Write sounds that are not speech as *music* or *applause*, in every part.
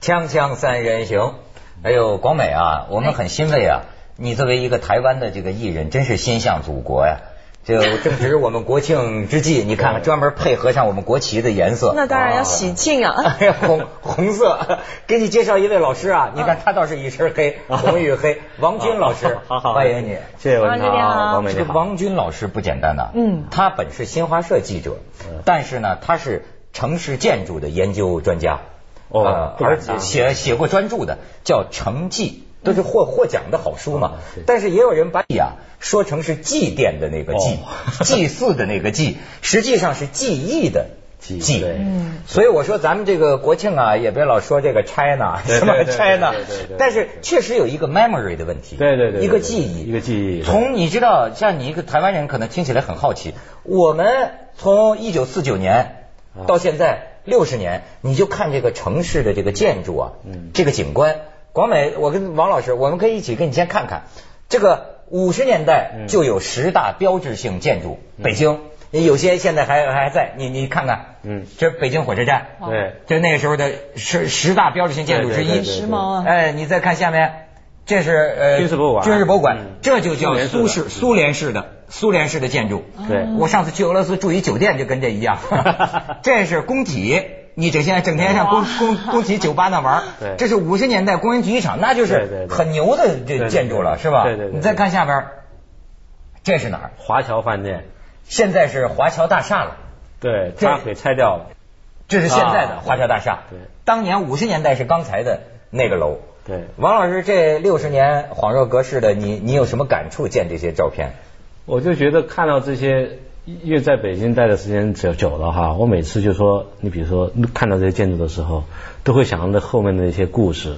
锵锵三人行，哎呦，广美啊，我们很欣慰啊，你作为一个台湾的这个艺人，真是心向祖国呀、这正值我们国庆之际，你看看专门配合上我们国旗的颜色。 *laughs* 那当然要喜 *laughs* 庆啊！哎呀，红红色，给你介绍一位老师啊，你看他倒是一身黑，红与黑，王军老师，啊 *laughs* 好好，欢迎你。谢谢文王姐你好涛，王美这你个好。王军老师不简单呐、嗯他本是新华社记者，但是呢，他是城市建筑的研究专家，哦不敢而且当写写过专著的叫《城记》，都是获获奖的好书嘛。哦对但是也有人把呀说成是祭奠的那个祭，*laughs* 哦祭祀的那个祭，实际上是记忆的。记记对嗯，所以我说咱们这个国庆啊，也别老说这个 China 对对什么对对 China，对对对对但是确实有一个 memory 的问题，对对对对一个记忆，一个记忆从你知道，像你一个台湾人，可能听起来很好奇。我们从一九四九年啊到现在六十年，你就看这个城市的这个建筑啊，嗯这个景观。广美，我跟王老师，我们可以一起跟你先看看这个五十年代嗯就有十大标志性建筑，北京有些现在还还在，你你看看，嗯，这北京火车站，哇对，这那个时候的十十大标志性建筑之对对一，对对时髦啊！哎，你再看下面，这是呃军事博物馆军事博物馆，嗯这就叫苏联式的苏式嗯苏联式的苏联式的建筑。对我上次去俄罗斯住一酒店就跟这一 *laughs* 样，这是工体。你整现在整天上工工工体酒吧那玩儿 *laughs* 对这是五十年代工人体育场，那就对是对对很牛的这对对建筑了，对是吧？对对对你再看下边儿，这是哪儿？华侨饭店，现在是华侨大厦了，对，这他给拆掉了。这是现在的啊华侨大厦。对当年五十年代是刚才的那个楼。对，王老师，这六十年恍若隔世的你，你有什么感触？见这些照片，我就觉得看到这些，因为在北京待的时间久久了哈，我每次就说，你比如说看到这些建筑的时候，都会想到后面的一些故事。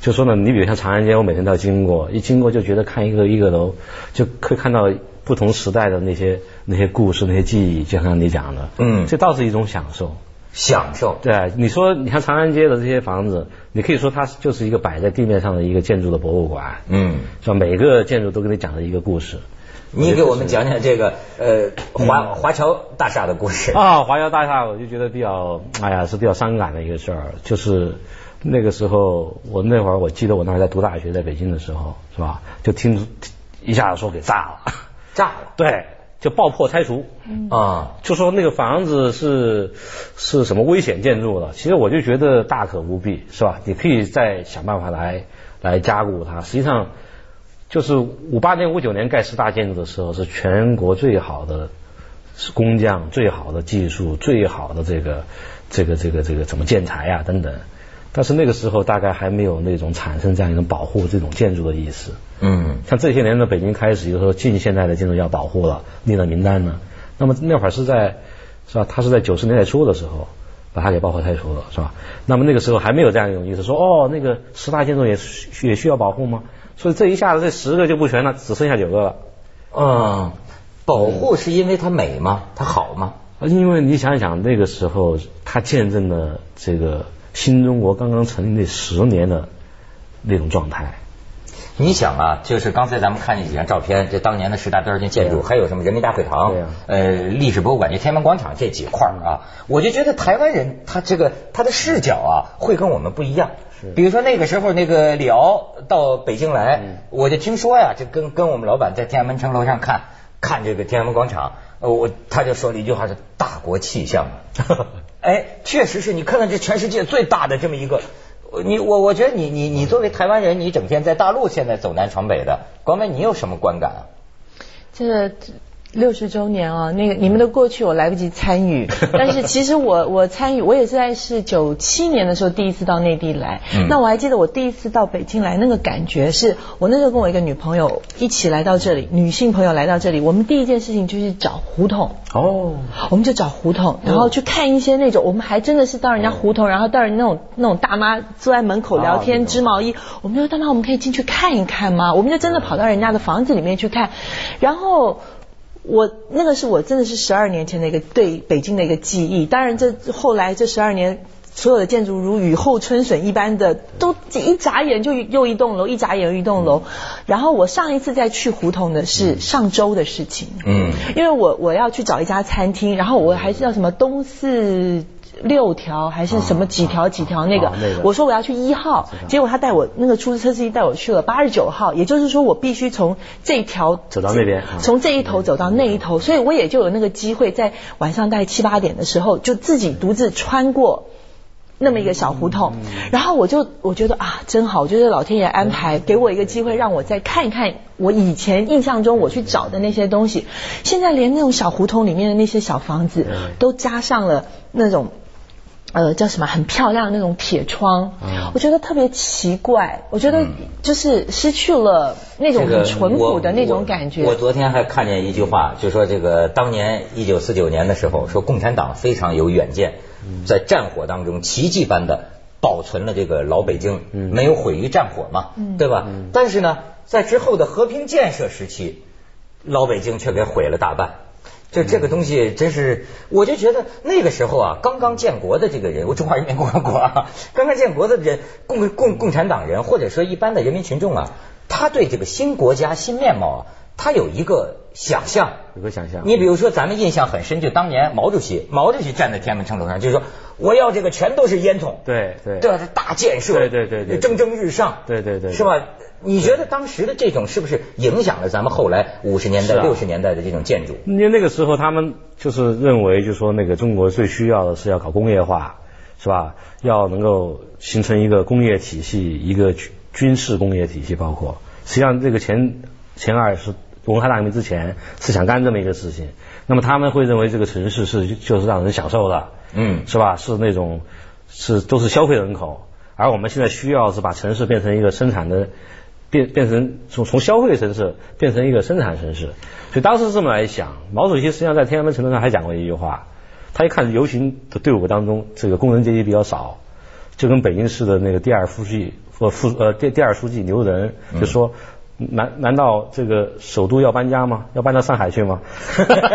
就说呢，你比如像长安街，我每天都要经过，一经过就觉得看一个一个楼，就可以看到不同时代的那些那些故事、那些记忆，就像你讲的，嗯这倒是一种享受。享受。对，你说你看长安街的这些房子，你可以说它就是一个摆在地面上的一个建筑的博物馆，嗯，是吧？每个建筑都给你讲了一个故事。你给我们讲讲这个呃华华侨大厦的故事。嗯啊，华侨大厦我就觉得比较，哎呀，是比较伤感的一个事儿，就是那个时候，我那会儿我记得我那会儿在读大学，在北京的时候，是吧？就听听一下子说给炸了，炸了对， *laughs* 就爆破拆除，啊！就说那个房子是是什么危险建筑了，其实我就觉得大可不必，是吧？你可以再想办法来来加固它。实际上，就是五八年、五九年盖十大建筑的时候，是全国最好的工匠、最好的技术、最好的这个这个这个这个怎么建材呀、等等。但是那个时候大概还没有那种产生这样一种保护这种建筑的意识。嗯像这些年呢，北京开始有时候近现代的建筑要保护了，列了名单呢。那么那会儿是在是吧？他是在九十年代初的时候把它给包括拆除了，是吧？那么那个时候还没有这样一种意识，说哦，那个十大建筑也需也需要保护吗？所以这一下子这十个就不全了，只剩下九个了。嗯，保护是因为它美吗？它好吗？因为你想想那个时候，他见证了这个新中国刚刚成立那十年的那种状态。你想啊，就是刚才咱们看见几张照片，这当年的十大标志性建筑，对啊还有什么人民大会堂对啊、呃历史博物馆、这天安门广场这几块儿啊，我就觉得台湾人他这个他的视角啊，会跟我们不一样是。比如说那个时候那个李敖到北京来，嗯我就听说呀，这跟跟我们老板在天安门城楼上看看这个天安门广场，呃，我他就说了一句话是大国气 *laughs* 象嘛。哎，确实是你看看这全世界最大的这么一个，我你我我觉得你你你作为台湾人，你整天在大陆现在走南闯北的，广美你有什么观感啊？这六十周年啊，那个你们的过去我来不及参 *laughs* 与，但是其实我我参与，我也是在是九七年的时候第一次到内地来。嗯那我还记得我第一次到北京来，那个感觉是我那时候跟我一个女朋友一起来到这里，女性朋友来到这里，我们第一件事情就是找胡同。哦，我们就找胡同，然后去看一些那种，我们还真的是到人家胡同，然后到人那种那种大妈坐在门口聊啊天，那种织毛衣。我们就说大妈，我们可以进去看一看吗？我们就真的跑到人家的房子里面去看，然后。我那个是我真的是十二年前的一个对北京的一个记忆，当然这后来这十二年所有的建筑如雨后春笋一般的，都一眨眼就又一栋楼，一眨眼又一栋楼。然后我上一次再去胡同的是上周的事情，嗯因为我我要去找一家餐厅，然后我还是要什么东四六条还是什么几条几条那个啊啊那个，我说我要去一号，结果他带我那个出租车司机带我去了八十九号，也就是说我必须从这条走到那边啊嗯从这一头走到那一头，所以我也就有那个机会在晚上大概七八点的时候，就自己独自穿过。那么一个小胡同，嗯然后我就我觉得啊，真好，我觉得老天爷安排给我一个机会，让我再看一看我以前印象中我去找的那些东西。现在连那种小胡同里面的那些小房子嗯都加上了那种。呃，叫什么？很漂亮的那种铁窗，嗯我觉得特别奇怪。我觉得就是失去了那种很淳朴的那种感觉。我我昨天还看见一句话，就说这个当年一九四九年的时候，说共产党非常有远见，在战火当中奇迹般的保存了这个老北京，嗯没有毁于战火嘛，嗯对吧？但是呢，在之后的和平建设时期，老北京却给毁了大半。就这个东西真是，我就觉得那个时候啊，刚刚建国的这个人，我 *laughs* 中华人民共和国啊，刚刚建国的人，共共共产党人，或者说一般的人民群众啊，他对这个新国家新面貌啊，他有一个想象。有个想象。你比如说，咱们印象很深，就当年毛主席，毛主席站在天安门城楼上，就是说我要这个全都是烟囱，对对对吧？这大建设，对对对对对蒸蒸日上，对对对对是吧？你觉得当时的这种是不是影响了咱们后来五十年代、是啊六十年代的这种建筑？因为那个时候他们就是认为，就说那个中国最需要的是要搞工业化，是吧？要能够形成一个工业体系，一个军军事工业体系，包括实际上这个前前二是文化大革命之前是想干这么一个事情。那么他们会认为这个城市是就是让人享受的，嗯是吧？是那种是都是消费人口，而我们现在需要是把城市变成一个生产的，变变成从从消费城市变成一个生产城市。所以当时是这么来想，毛主席实际上在天安门城楼上还讲过一句话，他一看游行的队伍当中，这个工人阶级比较少，就跟北京市的那个第二书记呃副呃第第二书记牛仁就说。难难道这个首都要搬家吗？要搬到上海去吗？ *laughs*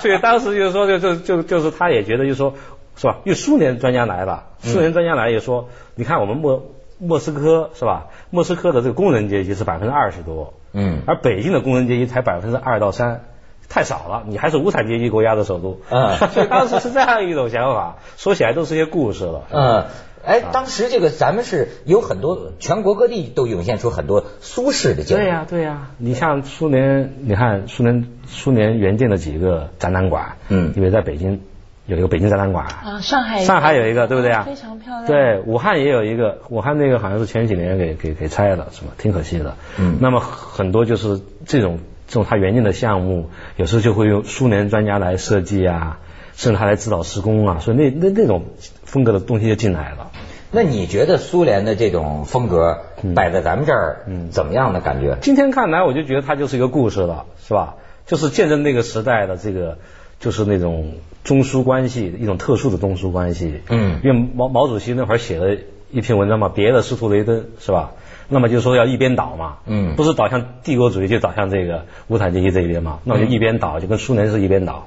所以当时就是说，就就就就是他也觉得，就是说，是吧？因为苏联专家来了，苏联专家来也说，你看我们莫莫斯科是吧？莫斯科的这个工人阶级是百分之二十多，嗯而北京的工人阶级才百分之二到三，太少了。你还是无产阶级国家的首都，嗯 *laughs* 所以当时是这样一种想法。说起来都是一些故事了。嗯，哎，当时这个咱们是有很多全国各地都涌现出很多苏式的建筑， *laughs* 对呀、对呀、你像苏联，你看苏联苏联援建的几个展览馆，嗯因为在北京有一个北京展览馆，啊，上海上海有一个，哎对不对啊？非常漂亮。对，武汉也有一个，武汉那个好像是前几年给给给拆了，是吧？挺可惜的。嗯那么很多就是这种这种它原定的项目，有时候就会用苏联专家来设计啊，甚至他来指导施工啊，所以那那那种风格的东西就进来了。那你觉得苏联的这种风格嗯摆在咱们这儿怎么样的感觉？今天看来，我就觉得它就是一个故事了，是吧？就是见证那个时代的这个，就是那种中苏关系一种特殊的中苏关系。嗯因为毛毛主席那会儿写了一篇文章嘛，别了司徒雷登，是吧？那么就说要一边倒嘛，嗯不是倒向帝国主义，就倒向这个无产阶级这一边嘛。那我嗯就一边倒，就跟苏联是一边倒。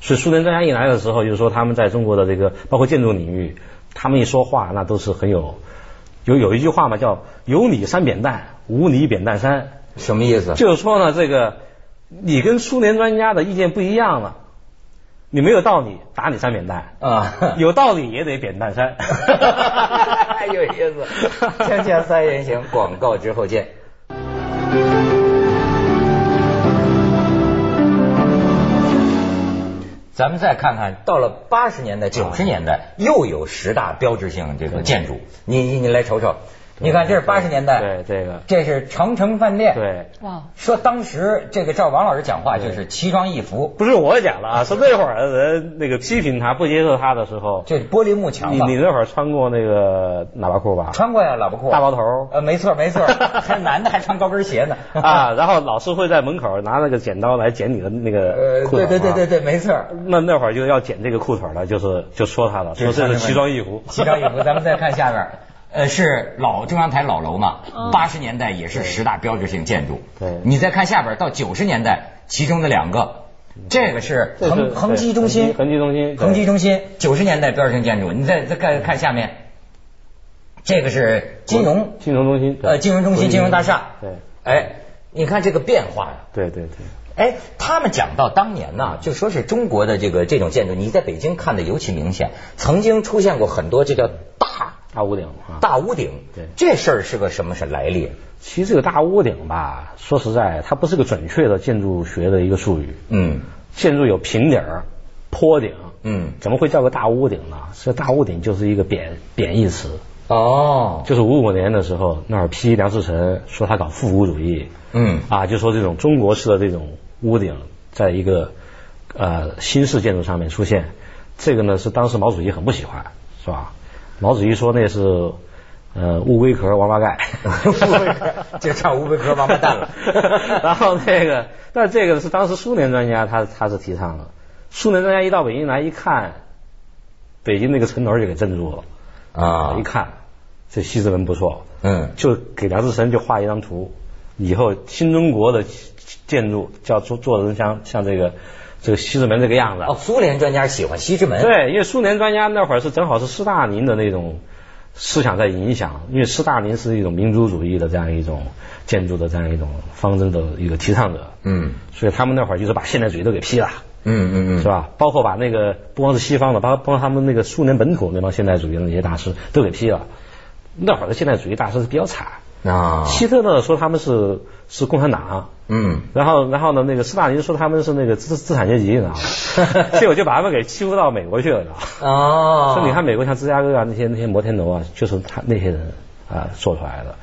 所以苏联专家一来的时候，就是说他们在中国的这个，包括建筑领域，他们一说话，那都是很有有有一句话嘛，叫“有你三扁担，无你扁担三”。什么意思？就是说呢，这个你跟苏联专家的意见不一样了，你没有道理，打你三扁担；啊，。*laughs* 有道理也得扁担三 *laughs* 有意思。锵锵三人行，广告之后见。咱们再看看，到了八十年代、九十年代，又有十大标志性这个建筑，你你你来瞅瞅，你看这是八十年代，对这个，这是长城饭店，，对，哇，说当时这个照王老师讲话就是奇装异服，不是我讲了啊，是那会儿的人那个批评他、不接受他的时候，就是玻璃幕墙你嘛，你那会儿穿过那个喇叭裤吧？穿过呀，喇叭裤，大包 *laughs* 头呃，没错没错， *laughs* 还男的还穿高跟鞋呢，啊，然后老师会在门口拿那个剪刀来剪你的那个 *laughs* 呃，裤腿对嘛对对对对，没错。那那会儿就要剪这个裤腿了，就是就说他了，说这是奇装异服，奇 *laughs* 装异服。咱们再看下边儿，呃，是老中央台老楼嘛，八十年代也是十大标志性建筑。对你再看下边儿到九十年代，其中的两个，这个是嗯这是恒恒基对中心，恒基中心恒基中心九十年代标志性建筑。你再再看看下面，这个是金融金融中心，对呃金融中心金融大厦。对哎，你看这个变化呀。对对对，哎，他们讲到当年呐、就说是中国的这个这种建筑，你在北京看的尤其明显，曾经出现过很多这叫大大屋顶啊。大屋顶。对这事儿是个什么是来历？其实这个大屋顶吧，说实在，它不是个准确的建筑学的一个术语。嗯建筑有平顶儿、坡顶，嗯，怎么会叫个大屋顶呢？这大屋顶就是一个贬贬义词，哦，就是五五年的时候，那儿批梁思成说他搞复古主义，嗯啊，就说这种中国式的这种屋顶，在一个呃新式建筑上面出现，这个呢是当时毛主席很不喜欢，是吧？毛主席说那是呃乌龟壳王八盖乌龟壳，就 *laughs* 唱乌龟壳王八蛋 *laughs* 了然后那个，但这个是当时苏联专家他他是提倡的，苏联专家一到北京来一看，北京那个城头就给镇住了啊一，看这西直门不错，嗯就给梁志神就画一张图，以后新中国的建筑叫做做成像像这个这个西直门这个样子。哦，苏联专家喜欢西直门。对，因为苏联专家那会儿是正好是斯大林的那种思想在影响，因为斯大林是一种民族主义的这样一种建筑的这样一种方针的一个提倡者，嗯所以他们那会儿就是把现代主义都给批了。嗯嗯嗯，是？吧？包括把那个不光是西方的，包包括他们那个苏联本土那帮现代主义的那些大师都给批了。那会儿的现代主义大师是比较惨，啊，希特勒说他们是是共产党，嗯，然后然后呢，那个斯大林说他们是那个资资产阶级，你知道吗？ *laughs* 结果就把他们给欺负到美国去了，你知道吗？哦，所以你看美国像芝加哥啊那些那些摩天楼啊，就是他那些人啊做出来的。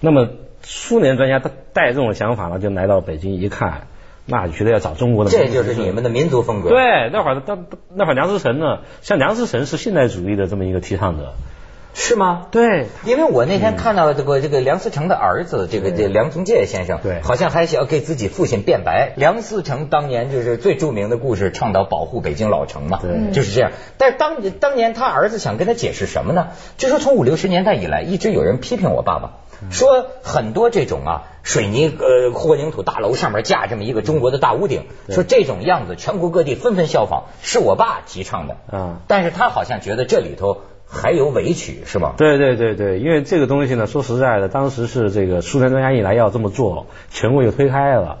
那么苏联专家带带这种想法呢，就来到北京一看，那觉得要找中国的这民族就是你们的民族风格。，对，那会儿当那会儿梁思成呢，像梁思成是现代主义的这么一个提倡者。是吗？对，因为我那嗯天看到这个这个梁思成的儿子，这个这梁从诫先生，对好像还想给自己父亲辩白。梁思成当年就是最著名的故事，倡导保护北京老城嘛，对就是这样。但是当当年他儿子想跟他解释什么呢？就说从五六十年代以来，一直有人批评我爸爸。嗯说很多这种啊水泥呃混凝土大楼上面架这么一个中国的大屋顶，说这种样子全国各地纷纷效仿，是我爸提倡的。啊但是他好像觉得这里头还有委曲，是吗？对对对对，因为这个东西呢，说实在的，当时是这个苏联专家一来要这么做，全国又推开了，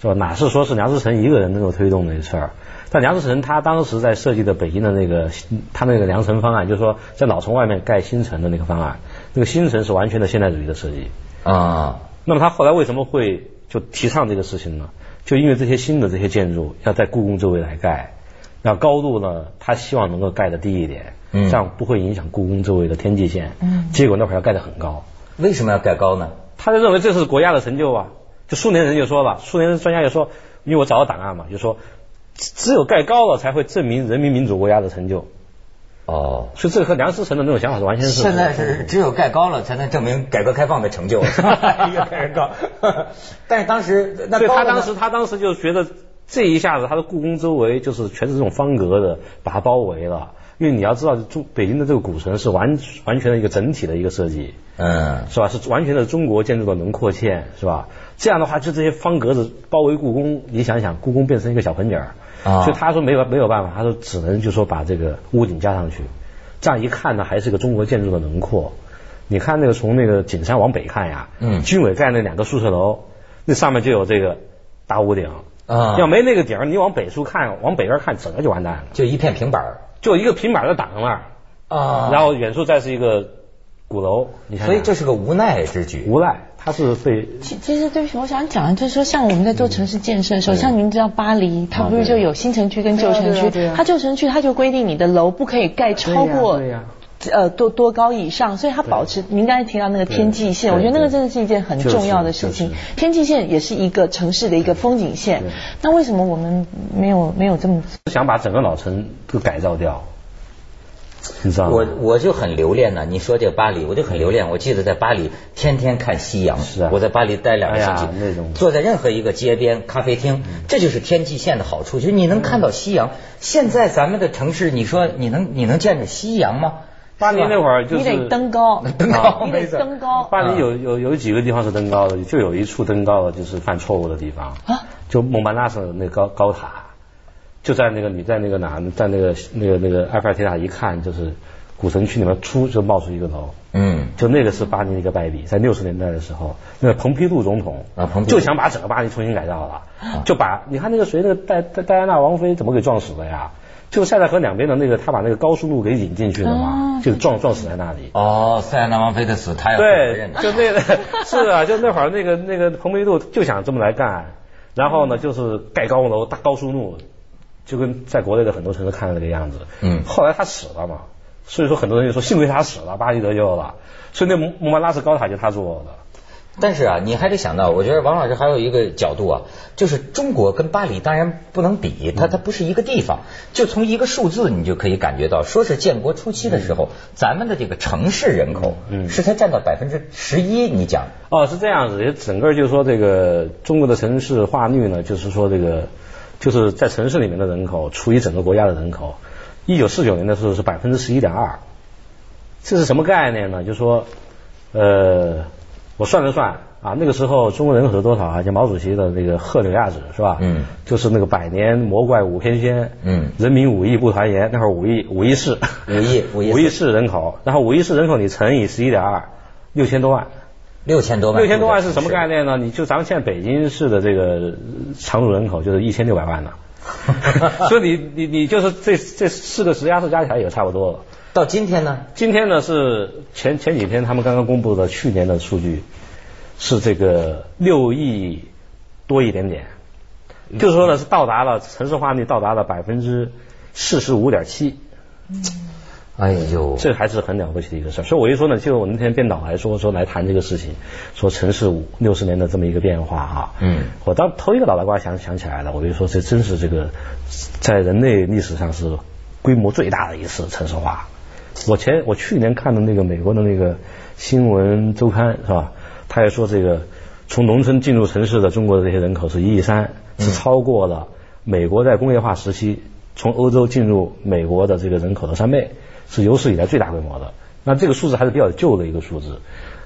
是吧？哪是说是梁思成一个人能够推动的事儿？但梁思成他当时在设计的北京的那个他那个梁城方案，就是说在老城外面盖新城的那个方案，那个新城是完全的现代主义的设计。啊，那么他后来为什么会就提倡这个事情呢？就因为这些新的这些建筑要在故宫周围来盖，那高度呢，他希望能够盖得低一点，嗯这样不会影响故宫周围的天际线。嗯结果那会儿要盖得很高，为什么要盖高呢？他就认为这是国家的成就啊。就苏联人就说了，苏联专家就说，因为我找到档案嘛，就说只只有盖高了才会证明人民民主国家的成就。哦，所以这和梁思成的那种想法是完全是现在是只有盖高了，才能证明改革开放的成就。又开始高， *laughs* 但是当时那所以高他了呢当时他当时就觉得这一下子他的故宫周围就是全是这种方格的，把它包围了。因为你要知道，中北京的这个古城是完完全的一个整体的一个设计，嗯是吧？是完全的中国建筑的轮廓线，是吧？这样的话，就这些方格子包围故宫，你想想，故宫变成一个小盆景儿，啊所以他说没有没有办法，他说只能就说把这个屋顶加上去，这样一看呢，还是个中国建筑的轮廓。你看那个从那个景山往北看呀，嗯军委盖那两个宿舍楼，那上面就有这个大屋顶。啊，要没那个顶儿，你往北处看，往北边看，整个就完蛋了，就一片平板儿就一个平板的挡在那儿，啊然后远处再是一个鼓楼，你看看，所以这是个无奈之举。无赖，他是被其其实对不起，我想讲的就是说，像我们在做城市建设的时候，像你们知道巴黎，它不是就有新城区跟旧城对啊对区啊对啊，它旧城区它就规定你的楼不可以盖超过对呀呃多多高以上，所以它保持您刚才提到那个天际线，对我觉得那个对真的是一件很重要的事情就是就。天际线也是一个城市的一个风景线对，那为什么我们没有没有这么想把整个老城都改造掉，你知道吗？我我就很留恋呢、你说这个巴黎，我就很留恋。我记得在巴黎天天看夕阳，是啊我在巴黎待两个星期，哎呀那种嗯坐在任何一个街边咖啡厅，这就是天际线的好处，就是你能看到夕阳。现在咱们的城市，你说你能你能见着夕阳吗？巴黎那会儿就是你得登高，登高你没得事登高。啊巴黎有有有几个地方是登高的，就有一处登高的就是犯错误的地方，啊就蒙巴纳斯那高高塔，就在那个你在那个哪，在那个那个那个埃菲尔铁塔一看就是古城区里面突就冒出一个楼，嗯，就那个是巴黎的一个败笔，在六十年代的时候，那个蓬皮杜总统啊蓬皮杜啊就想把整个巴黎重新改造了，就把你看那个谁那个戴戴戴安娜王妃怎么给撞死的呀？就是塞纳河两边的那个，他把那个高速路给引进去的嘛，就撞撞死在那里。哦，塞纳王妃的死，他要负责对任，就那个是啊，就那会儿那个那个蓬皮杜就想这么来干，然后呢就是盖高楼、大高速路，就跟在国内的很多城市看的那个样子。嗯后来他死了嘛，所以说很多人就说幸亏他死了，巴黎得救了。所以那蒙蒙马拉斯高塔就他做的。但是啊，你还得想到，我觉得王老师还有一个角度啊，就是中国跟巴黎当然不能比，嗯它它不是一个地方。就从一个数字，你就可以感觉到，说是建国初期的时候，咱们的这个城市人口嗯是才占到百分之十一，你讲哦，是这样子，也整个就是说这个中国的城市化率呢，就是说这个就是在城市里面的人口除以整个国家的人口，一九四九年的时候是百分之十一点二，这是什么概念呢？就是说，呃，我算了算啊，那个时候中国人口是多少啊？就毛主席的那个贺柳亚指是吧？嗯就是那个百年魔怪五翩跹，嗯人民五亿不团圆，那会儿五亿五亿四，五亿五亿四五亿四人口，然后五亿四人口你乘以十一点二，六千多万。六千多万，六千多万是什么概？念呢？你就咱们现在北京市的这个呃常住人口就是一千六百万呢， *laughs* 啊所以你你你就是这这四个直辖市加起来也差不多了。到今天呢？今天呢是前前几天他们刚刚公布的去年的数据，是这个六亿多一点点，嗯就是说呢是到达了城市化率到达了百分之四十五点七。哎呦，这还是很了不起的一个事儿。所以我就说呢，就我那天编导来说说来谈这个事情，说城市五六十年的这么一个变化啊。嗯我当头一个脑袋瓜想想起来了，我就说这真是这个在人类历史上是规模最大的一次城市化。我前我去年看的那个美国的那个新闻周刊是吧？他也说这个从农村进入城市的中国的这些人口是一亿三，是超过了美国在工业化时期从欧洲进入美国的这个人口的三倍，是有史以来最大规模的。那这个数字还是比较旧的一个数字。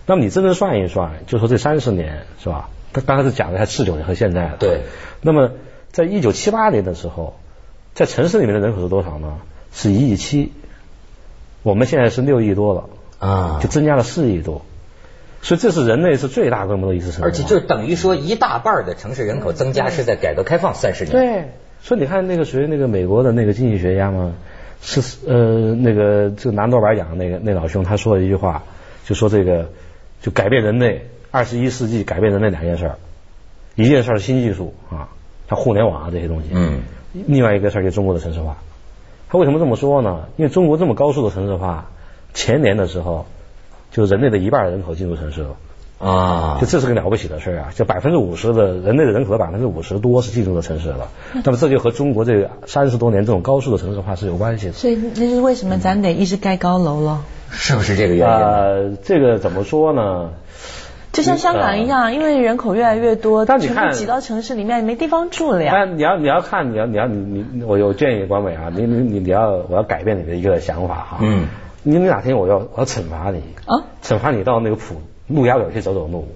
那么你真正算一算，就说这三十年是吧？他刚开始讲的还四九年和现在了。对。那么在一九七八年的时候，在城市里面的人口是多少呢？是一亿七。我们现在是六亿多了，啊就，增加了四亿多，所以这是人类是最大规模的一次城市化。而且就等于说一大半的城市人口增加是在改革开放三十年。嗯对，所以你看那个谁，那个美国的那个经济学家嘛，是呃那个就拿诺贝尔奖的那个那老兄，他说了一句话，就说这个就改变人类二十一世纪改变人类两件事儿，一件事儿是新技术啊，像互联网啊这些东西，嗯，另外一个事儿就是中国的城市化。他为什么这么说呢？因为中国这么高速的城市化，前年的时候，就人类的一半儿人口进入城市了。啊就，这是个了不起的事儿啊！就百分之五十的人类的人口的百分之五十多是进入了城市了，那么这就和中国这个三十多年这种高速的城市化是有关系 *laughs* 的。所以这就是为什么咱得一直盖高楼了。是不是这个原因？呃，这个怎么说呢？就像香港一样，因为人口越来越多，嗯啊但你全看部挤到城市里面，没地方住了呀。但你要你要看你要你要你你我有建议关伟啊，你你你你要我要改变你的一个想法哈、嗯，你你哪天我要我要惩罚你，啊，惩罚你到那个浦陆家嘴去走走路。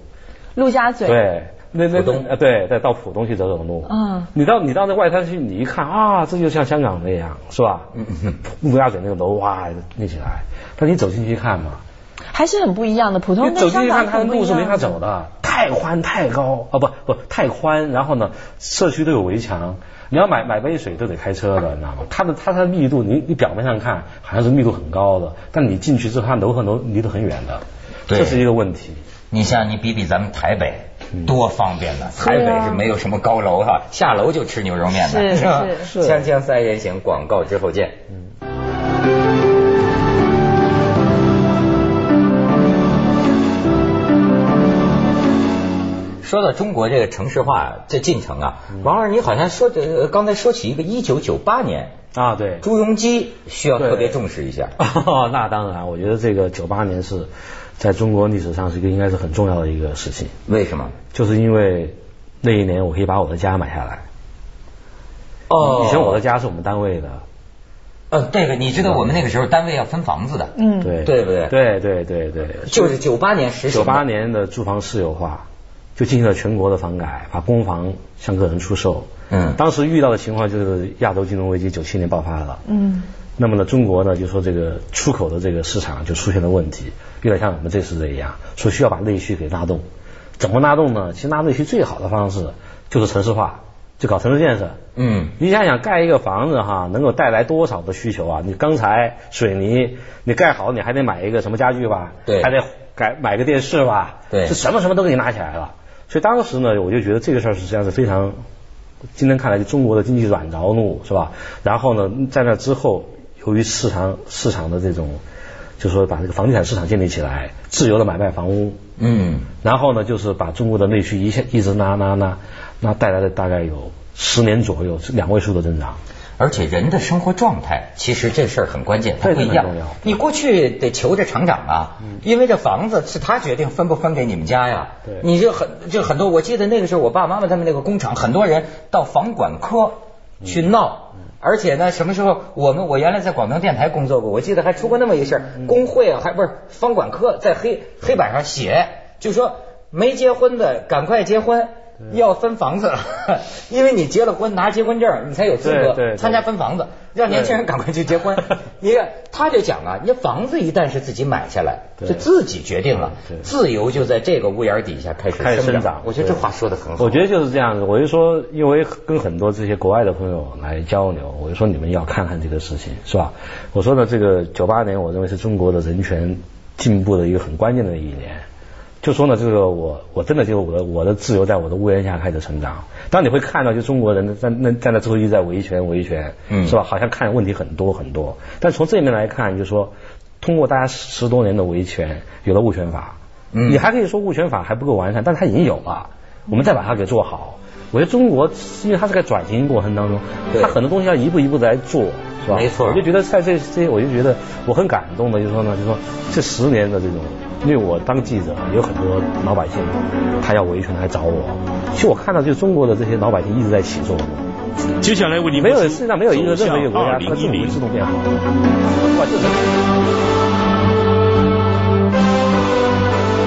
陆家嘴，对，那那浦东呃对，再到浦东去走走路。嗯你到你到那外滩去，你一看啊，这就像香港那样，是吧？嗯嗯陆家嘴那个楼哇立起来，但你走进去看嘛，还是很不一样的。普通你跟走进香去港看它的很不路一是没样法走的，太宽太高啊，不不太宽，然后呢，社区都有围墙。你要买买杯水都得开车的，你知道吗？它的它的密度，你你表面上看好像是密度很高的，但你进去之后，它楼和楼离得很远的，对这是一个问题。你像你比比咱们台北。多方便呐！台对北啊嗯是没有什么高楼哈、下楼就吃牛肉面的，是吧？是是锵锵三人行，广告之后见。说到中国这个城市化这进程啊，王老师，你好像说呃刚才说起一个一九九八年，啊，对， *laughs* 朱镕基需要对特别重视一下。哦，那当然，我觉得这个九八年是在中国历史上是一个应该是很重要的一个事情，为什么？就是因为那一年我可以把我的家买下来。以前我的家是我们单位的，呃，哦这个你知道我们那个时候单位要分房子的，嗯，对对不对对对对对，就是九八年实行的。九八年的住房私有化就进行了全国的房改，把公房向个人出售，嗯当时遇到的情况就是亚洲金融危机九七年爆发了。嗯，那么呢，中国呢就说这个出口的这个市场就出现了问题，有点像我们这次这一样，说需要把内需给拉动。怎么拉动呢？其实拉内需最好的方式就是城市化，就搞城市建设。嗯你想想盖一个房子哈，能够带来多少的需求啊？你钢材、水泥，你盖好你还得买一个什么家具吧？对还得改买个电视吧？对这什么什么都给你拿起来了。所以当时呢，我就觉得这个事儿实际上是非常，今天看来就中国的经济软着陆是吧？然后呢，在那之后，由于市场市场的这种，就说把这个房地产市场建立起来，自由的买卖房屋，嗯，然后呢，就是把中国的内需一下一直拉拉拉，那带来的大概有十年左右是两位数的增长。而且人的生活状态，其实这事儿很关键，它对不一很样重要。嗯你过去得求着厂长啊，因为这房子是他决定分不分给你们家呀对。你就很就很多，我记得那个时候我爸妈妈他们那个工厂，很多人到房管科嗯去闹。而且呢，什么时候我们我原来在广东电台工作过，我记得还出过那么一事儿，嗯工会啊，还不是房管科在黑黑板上写，就说没结婚的赶快结婚，要分房子了， *laughs* 因为你结了婚拿结婚证儿，你才有资对对格对参加分房子，让年轻人赶快去结 *laughs* 婚。你看，他就讲啊，你房子一旦是自己买下来，对就自己决定了对，对自由就在这个屋檐底下开始开始生生长我觉得这对话说的很好。我觉得就是这样子，我就说，因为跟很多这些国外的朋友来交流，我就说你们要看看这个事情，是吧？我说呢，这个九八年，我认为是中国的人权进步的一个很关键的一年。就说呢，这个我我真的就我的我的自由在我的屋檐下开始成长。当你会看到，就中国人在那在那之后一直在维权维权，嗯是吧？好像看问题很多很多，但从这面来看，就说通过大家十十多年的维权，有了物权法，嗯你还可以说物权法还不够完善，但它已经有了，我们再把它给做好。我觉得中国因为它是在转型过程当中，对它很多东西要一步一步的来做，是吧？没错我就觉得在这这，我就觉得我很感动的，就是说呢，就说这十年的这种，因为我当记者，有很多老百姓他要维权来找我，其实我看到就中国的这些老百姓一直在起诉我，接下来为您没有播出世界上没有一个任何一个国家它的政府2010制度变好。哇，这是。